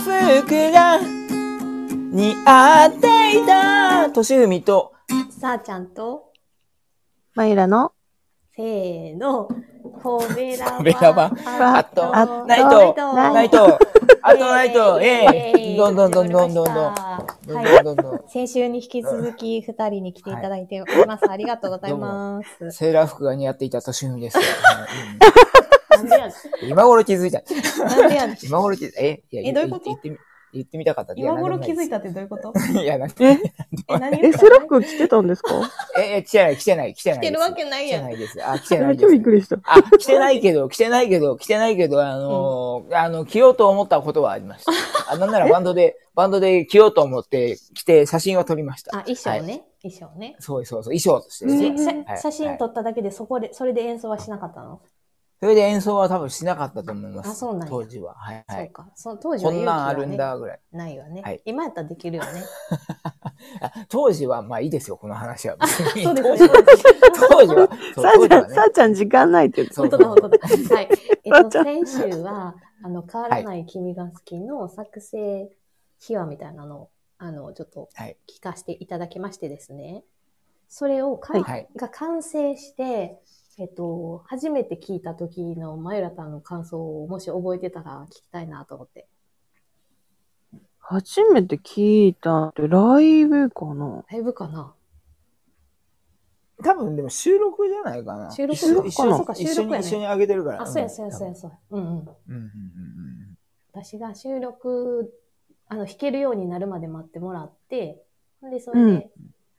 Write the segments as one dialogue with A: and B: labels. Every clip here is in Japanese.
A: 服が似合っていた。としふみと、
B: さあちゃんと、
C: マイラの
B: せーの、コベラ
A: ベラは
B: は
A: あと
B: あと
A: ナイ
C: ナ
A: ト、ナイト、あとナイト、え
B: イエー
A: え、
B: イ
A: どんどんどんどんどんどん。どん
B: はい
A: どんどんどん
B: 先週に引き続き二人に来ていただいております。ありがとうございます。
A: セーラー服が似合っていたとしふみです。
B: なんでやね
A: うん今頃気づいた。
B: ん。なんでやねん。
A: 今 頃気づいた。え、いや
B: えどういうこと
A: 言ってみ、言ってみたかった。
B: 今頃気づい
A: た。
B: たってどういうこと
A: いや、なんか
C: え、
B: え、何言
C: え、
B: った
C: セラフ君来てたんですか
A: え、え来てない、来てない、来てない
B: 来
A: です。
B: てるわけない
A: 来て
B: や。
A: なんいです。あ、来てな
C: 今
A: いです。
C: 日びっくりした。
A: あ、来てないけど、来てないけど、来てないけど、あのーあの、着ようと思ったことはありました。あ、なんならバンドで、バンドで着ようと思って、着て写真を撮りました。
B: あ、衣装ね。衣装ね。
A: そうそうそう、衣装としてですね。
B: え
A: は
B: 写
A: い
B: 写真撮っただけで、そこで、それで演奏はしなかったの
A: それで演奏は多分しなかったと思います。
B: あそうなんや
A: 当時は。はい、は
B: そう
A: い。
B: か。その当時
A: こ
B: は
A: ん
B: 勇気
A: なんあ
B: は
A: るん
B: ね
A: だぐらい。
B: ないよね、
A: はい
B: 今やったらできるよね。
A: あ当時は、まあいいですよ、この話は。別に
B: そうです
A: 当
B: よ
A: 時
B: ね
A: は、。当時は、そう当
C: さあち
A: 時
C: ゃ
A: は
C: ん、さあちゃん時間ないって言って
A: そう
B: 本
A: そ
B: 当
A: う
B: だ、本当だ。はい。えっと、先週は、あの、変わらない君が好きの作成秘話みたいなのを、あの、ちょっと
A: はい
B: 聞かせていただきましてですね。それをか、
A: はい
B: が完成して、えっと、初めて聞いた時のマユラさんの感想をもし覚えてたら聞きたいなと思って。
C: 初めて聞いたってライブかな
B: ライブかな
A: 多分でも収録じゃないかな。
B: 収録
A: 一緒
C: あ
A: 一
C: そ
A: 緒
B: うか
A: に一緒
B: 収録や
A: に
B: ね
A: 一緒に上げてるから。
B: あ、そうやそうやそうやそうや。うんうん。
A: うん。うんうんうんうん。
B: 私が収録あの弾けるようになるまで待ってもらってほんでそうれ
C: ん
B: で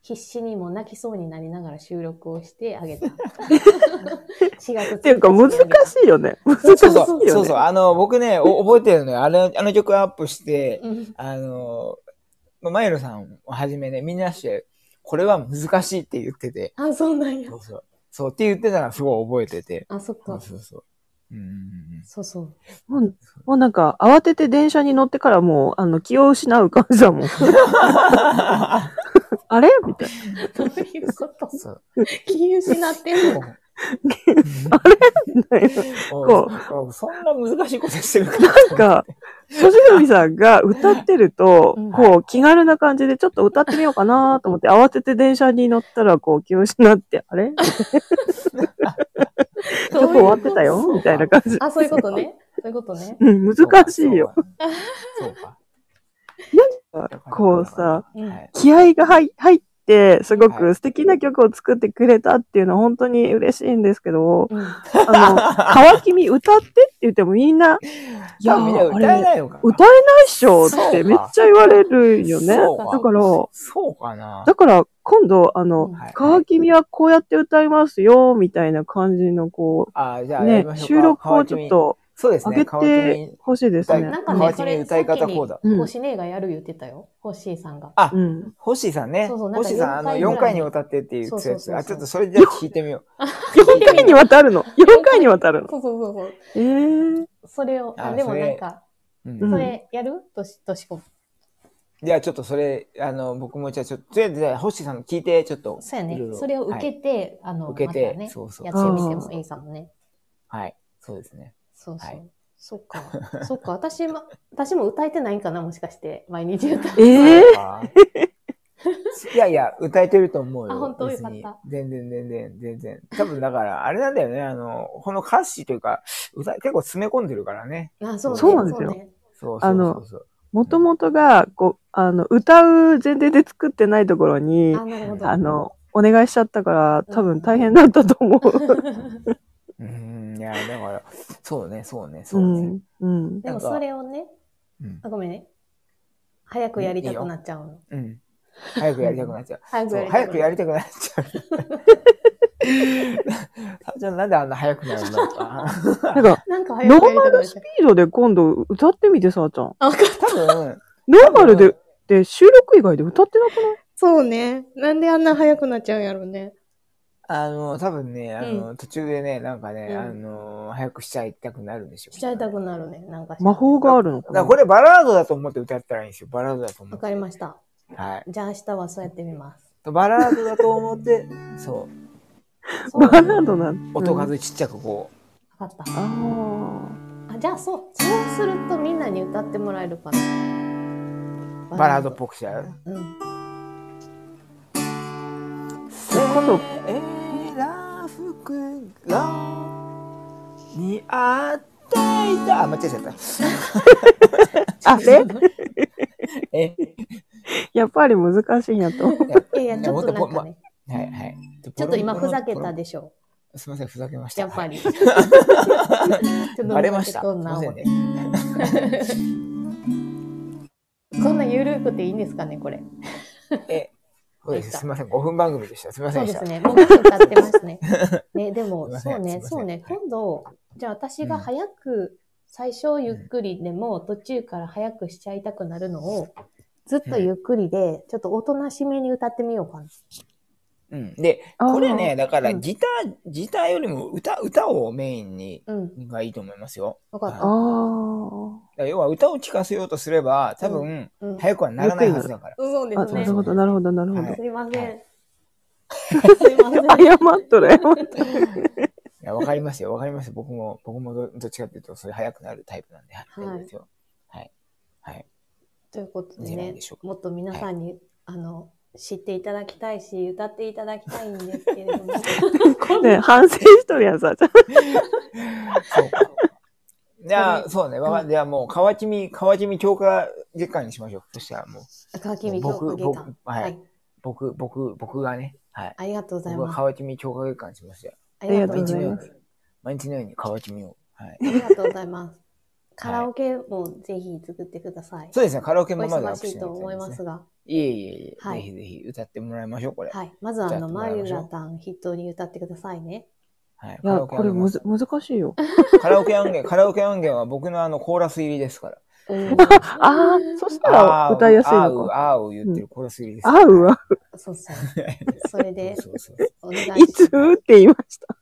B: 必死にもう泣きそうになりながら収録をしてあげた4月1日
C: っていうか難しいよね。難しい
A: そうそう
C: よね。
A: そうそう。あの、僕ね、お覚えてるのよ。あれ、あの曲アップして、
B: うん
A: あの、まマイロさんをはじめね、みんなして、これは難しいって言ってて、
B: あそうなんや
A: そうそう。そうって言ってたらすごい覚えてて。
B: あそっ
A: そう
B: か
A: そうそう。うんうんうん
B: そうそう
C: もうもうなんか慌てて電車に乗ってからもう、あの、気を失う感じだもん。 あれみたい
B: どういうこと
A: うん。そう。
B: 気失って んの
C: な。
A: おおそんな難しいことしてるかな
C: なんか、 ソシフミさんが歌ってると、
B: うん
C: こう、気軽な感じで、ちょっと歌ってみようかなと思って、慌てて電車に乗ったら、こう、気を失って、あれ
B: どうい
C: 曲
B: う
C: 終わってたよみたいな感じ。
B: あそういうことねそういうことね
C: うん、難しいよ。。
A: そうか。そうか
C: こうさ、
B: うん
A: はい
C: 気合が入入って、すご
A: は
C: く素敵な曲を作ってくれたっていうのは本当に嬉しいんです けど、
B: うん
C: あの、川君歌ってって言ってもみ んな、いや、
A: あみんな
C: あ
A: 歌え
C: れ、
A: ないのかな。
C: 歌えないっしょっ
A: そう
C: て
A: か
C: めっちゃ言われるよね。
A: そう
C: だから、
A: そうかな。
C: だから今度、あの、
A: はい
C: 川君はこうやって歌いますよ、みたいな感じの、こ
A: あじゃあ、
C: う、ね、収録をちょっ、と
A: そうです
C: 上げ
A: ね、川君
C: て。ほしいですね。
B: なんか
A: 川
B: ね
A: 内
B: そ
A: 美
B: れ
A: 歌い方こうだ
B: さっきに星姉がやる言ってたよ星さんが
C: うんうん。
A: 星さんね。
B: そうそうなんか
A: 星さん、あの、4
B: 4
A: 回
B: 回
A: に
B: に
A: わたってっていう
B: そうそう
A: や
B: そう
A: つ。
B: そう
A: あ、ちょっとそれじゃあ聞いてみよう。
C: 4回にわたるの ?4 回にわたるの
B: そうそうそうそう
C: ええー。
B: それをあ
A: あ
B: でも
A: それ
B: なんか
A: うん
B: それやるとしとしこ
A: じゃあちょっとそれ、あの、僕もじゃあちょっと、とりあえずじゃあ星さんの聞いて、ちょっと。
B: そうやね
A: いろいろ
B: それを受けて、あの
A: 受けて
B: またね
A: そうそう
B: やってみてもいいかもね
A: はい。はいそうですね。
B: そうそう、
A: はい
B: そっかそっか私も 私も歌えてないんかなもしかして毎日歌
C: ええ
A: あー いやいや、歌えてると思うよ。
B: あ本当
A: 別に
B: よかっ
A: 全然全然全然。多分だから、あれなんだよね、あの、この歌詞というか、歌、結構詰め込んでるからね。
B: あそうね
A: そうなん
C: ですよ
B: ね
A: そうそうそう
C: あの
A: そう
C: もともとが、こう、あの、歌う前提で作ってないところに
B: あ、なるほ ど
C: あの、お願いしちゃったから、多分大変だった と思う。
A: うーん、いや、だから、そうね、そうね、
C: う
A: そうね。
C: ん。うん。
B: でもそれをね
A: うん
B: あごめんね早くやりたくなっちゃうの
A: うん。早くやりたくなっちゃう。
B: 早く
A: そ
B: や
A: う
B: りた
A: 早
B: く
A: く
B: な
A: や
B: っ
A: り
B: ち
A: たくなっちゃう。さ あちゃんなんであんな早くなるんだろうか。
C: なんか、
B: ゃうなんか
C: ノ
B: 早くや
C: ー
B: り
C: マ
B: たくな
C: ル
B: っち
C: スピ
B: ゃう
C: ードで今度歌ってみて、さあちゃん。
B: あわかっ
A: 多分、
C: ノ
A: 多分
C: ーマルで、で収録以外で歌ってなくない
B: そうねなんであんな早くなっちゃうんやろうね
A: あの、多分ね、あの、途中でね、なんかね、
B: うん
A: あの、早くしちゃいたくなるんでしょう、
B: しちゃいたくなるねなんか
C: 魔法があるの
A: だ
C: か
A: から
C: な
A: これバラードだと思って歌ったらいいんですよ。バラードだと思
B: わ
A: っ
B: かりました
A: て。はい。
B: じゃあ明日はそうやってみます
A: バラードだと思って、そう。
B: そう
C: バラードなん
A: 音数ちっちゃくこう。
B: わかった
C: ああ。
B: あじゃあそうそうするとみんなに歌ってもらえるかな
A: バラードっぽくしちゃう。
B: うん。
C: 今度
A: セーラー服が似合っていた。あ、間違えちゃった。
C: あれ
A: え、
C: やっぱり難しいんやと思う。
B: いやいや、ちょっとなんかね、
A: はいはい。
B: ちょっと今ふざけた
A: で。
B: でしょ。
A: すみません、ふざけました。
B: やっぱり。
A: はい。 バレました。す
B: こ
A: み
B: ん
A: ま
B: な
A: せ
B: 思
A: ん
B: て
A: ね。
B: こんな緩くていいんですかね、これ。
A: え、そうです。すみません、5分番組でした。すみませ
B: そ
A: ん
B: う
A: で
B: で
A: した
B: す。ね。もう5分経ってま すね。ね、です
A: い
B: も、
A: ません
B: そうね、
A: すい
B: そ
A: ません
B: うね。今度、じゃあ私が早く、最初ゆっくりでも、途中から早くしちゃいたくなるのを、ずっとゆっくりで、ちょっとおとなしめに歌ってみようかな。
A: うん。で、
C: あ ー
A: これね、だから
B: うん
A: ギター、ギターよりも歌、歌をメインに、
B: うん、
A: がいいと思いますよ。
B: わか
A: あ
B: っ
A: ー
C: あ
B: た。
C: ー
A: だから要は歌を聴かせようとすれば、多分、
B: うん、
A: 早くはならないはずだから。
B: そうで
C: あ、
B: す
C: な
B: ね
C: る。ほど、なるほど、なるほど。
A: は
B: すいませ
A: は
B: ん。すいま せん。
C: 謝っとる、謝っとる。
A: いや、わかりますよ、わかります。僕も、僕もどどっちかっていうと、それ早くなるタイプなんで、はい。大丈夫ですよ。はい。はい。
B: ということで
A: いいんじゃない
B: ね
A: でしょう、か
B: もっと皆さんに、あの、知っていただきたいし、歌っていただきたいんですけれ ども、こんな
C: ね、反省しとるやんさ。
A: そうか。じゃ
B: う
A: あ、そうね。わかじゃあもう、川君、川君強化月間にしましょう。そしたらも
B: 赤
A: う、
B: 君強化
A: 僕、
B: 月
A: 僕
B: 間。、
A: は
B: はい
A: い。。僕、僕、僕がね、はい。
B: ありがとうござい
A: 僕は
B: ます。
A: 川君強化月間にしましたよ。
B: あ
C: りがと
A: 毎
C: うご
A: 日
C: ざ
A: の
C: い
A: よう
C: ま
A: に、毎日のように川君を。はい。
B: ありがとうございます。カラオケもぜひ作ってください。
A: そうですね。カラオケ
B: お
A: もまだ
B: 忙しいと思いますが、
A: いえいえいえ、
B: はい
A: ぜひぜひ歌ってもらいましょう、これ。
B: はい。まずはあの、
A: じゃあ
B: マリュラタン筆頭に歌ってくださいね。
A: はい。
C: い
A: カ
C: や、
A: ラオケ
C: こ
A: 音
C: れむ
A: 源
C: ず、難しいよ。
A: カラオケ音源、カラオケ音源は僕のあの、コーラス入りですから。
C: ああ、そしたら歌いやすい
A: あー
C: の
A: う、
C: か。
A: あーう言ってるコーラス入り です。
C: 合うわ。
B: そうそう。それ で
A: そうそうそう。
B: お願いしま
C: い
B: す
C: つ。って言いました。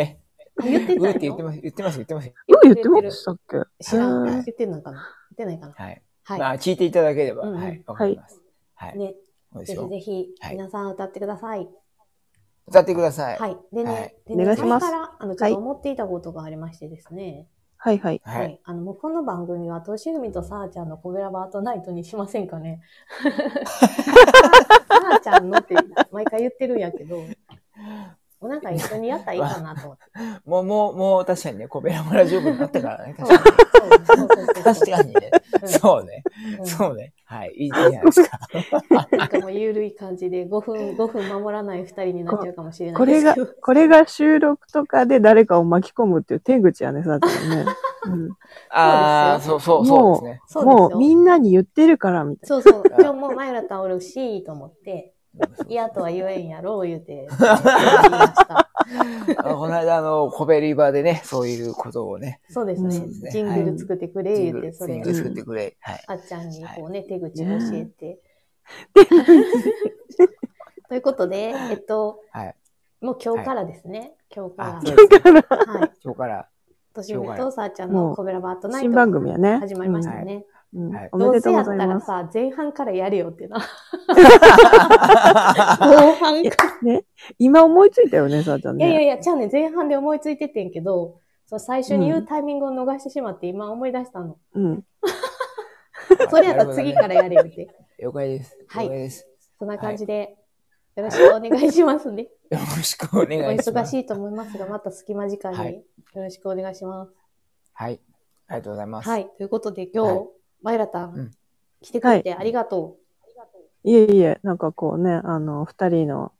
A: え、
B: 言って
A: うー
B: た
A: って言って
B: の
A: ます、言ってます、言ってます。
C: 今言ってましたっけ
B: 知らん。
C: へ
B: 言
C: ー
B: ってんのかな言ってないかな
A: はい。
B: はい。
A: まあ、聞いていただければ、
B: うんうん
A: はい、わかります。はい。
B: ね、
A: そうです
B: ぜひ
A: よ。
B: ぜひ
A: はい
B: 皆さん歌ってください。
A: 歌ってください。。
B: はいい。で
A: は
B: ね
A: い、
B: でね
C: お願いします
B: 前からあのちょっと思っていたことがありましてですね。
C: はいはい。
B: は
A: はいい。。
B: あの、もうこの番組は、としぐみとさあちゃんのコベラバートナイトにしませんかね。さあちゃんのって毎回言ってるんやけど、なんか一緒にやったらいいかなと思って。
A: もう、もう、もう、確かにね、コベラもラジオ部になったからね。
B: そ
A: 確か
B: うそうそうそう
A: に。確かにね。そうね。
B: うん
A: そうね。はい。いいじゃない ですか。
B: うんなんかもうゆるい感じで、5分、5分守らない2人になっちゃうかもしれない
C: これが
B: ですけど、
C: これが収録とかで誰かを巻き込むっていう手口やね、さっき ね。うん
A: ああ、そう、そう、そうですね。
B: そうです
C: も
B: よ
C: うみんなに言ってるから、みたい
B: そうそう。今日もマイラタおるし、と思って、嫌とは言えんやろ、言 うて、言いました。
A: あのこの間、あの、コベリバでね、そういうことをね、
B: そうです
C: そう
B: ね
A: です。ね
B: ジングル作ってくれ、
A: ジ
B: 言
A: ン
B: う
A: グ
B: て、
A: ル、
B: そ
A: ジ
B: れ
A: ングル作ってくれ。はい。
B: あっちゃんにこうね、手口を教えて。 ということで、えっと、
A: はい。
B: もう今日からですね。今日
A: あ
B: か、
A: そうですね。
B: ら。はい。
A: 今日から。
B: としみとさあちゃんのコベラバート
C: な。
B: ナイ
C: 新番
B: ト
C: 組やね。
B: 始まりました
A: は
B: ね。
C: うんうん
A: はい
C: お
B: ど
C: め
B: う
C: でと
B: せ
C: う
B: や
C: ご
B: っ
C: ざ
B: た
C: い
B: ら
C: ます。
B: さ、前半からやれよってな。 後半か
C: 今思いついたよね、さあちゃん
B: いやいや
C: ね。
B: いや、じゃあね、前半で思いついててんけど、その最初に言うタイミングを逃してしまって、今思い出し たの。
C: うん。
B: それやったら次からやれよって。
A: 了解です。
B: はい
A: 了解です。
B: そんな感じで、よろしくお願いしますね。
A: よろしくお願
B: お
A: いしま
B: 忙
A: す。
B: しいと思いますが、また隙間時間
A: は
B: に
A: い
B: よろしくお願いします。
A: はい。ありがとうございます。
B: はい。ということで、今日、
A: はい
B: マイラタ
A: うん
B: ン、来てくれてありがと
C: いえいえ、なんかこうね、あの、二人の、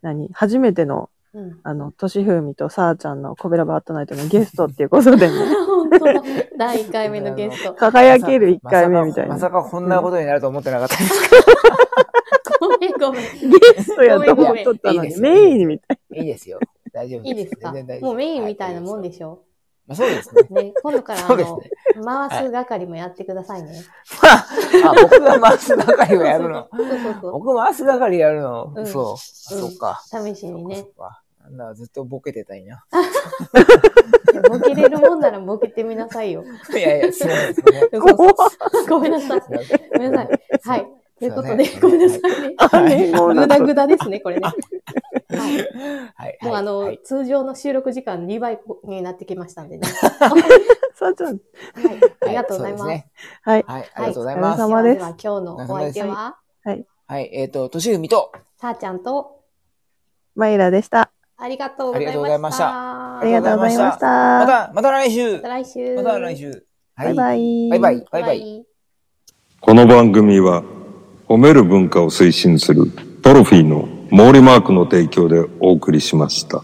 C: 何、初めての、
B: う。 うん。
C: あの、としふみとさあちゃんのコベラバートナイトのゲストっていうこと でね、
B: 本当だ。第1回目のゲスト。
C: 輝ける一回目みたいな
A: ま。さかまさかこんなことになると思ってなかったです
B: ごめんごめ ん。
C: ゲストやと思っとったの
A: いいで
C: に、
A: すよ
C: メインみたい
A: いいですよ。大丈夫
B: いいですか
A: 全然大丈夫
B: もうメインみたいなもん
A: は
B: でしょ。
A: まあそうですね。
B: ね、今度からあ
A: そうです
B: の
A: ね、
B: 回す係もやってくださいね。
A: あ、僕が回す係をやるの。
B: そうそうそう。
A: 僕回す係やるの。
B: うん
A: そう。あ
B: うん
A: そっか。
B: 試しに
A: そ
B: ね
A: っ。か。なんだ、ずっとボケてたいな。
B: ボケれるもんならボケてみ なさいよ。
A: いやいや、すいません。
B: ごめんなさい。
A: すいません
B: ごめんなさい。はい。ということで、ごめんなさいね。
A: はい
C: あねもう
B: ぐ
C: なん か
B: だぐだですね、これね。はい
A: はい。
B: もうあの、
A: はい
B: 通常の収録時間2倍になってきましたん でね。
C: さあちゃん。
B: はい。ありがとうございま
A: はそで
B: す。
A: すね
C: はい。
A: はい、ありがとうございま
C: お疲れ
A: す。
C: 様です
B: では今日のお相手は、
A: はい、えっと、としぐみと、
B: さあちゃんと、
C: マイラでした。
B: ありがとうございました。
A: ありがとうございました
C: ありが
A: ま
C: とうございました。
A: た、また来週
B: また来週。
A: また来週。は
C: バイ
A: い。
C: バ
A: バ
C: イ。
A: イバイ。バイバイ。
B: イ。
D: この番組は褒める文化を推進するトロフィーの毛利マークの提供でお送りしました。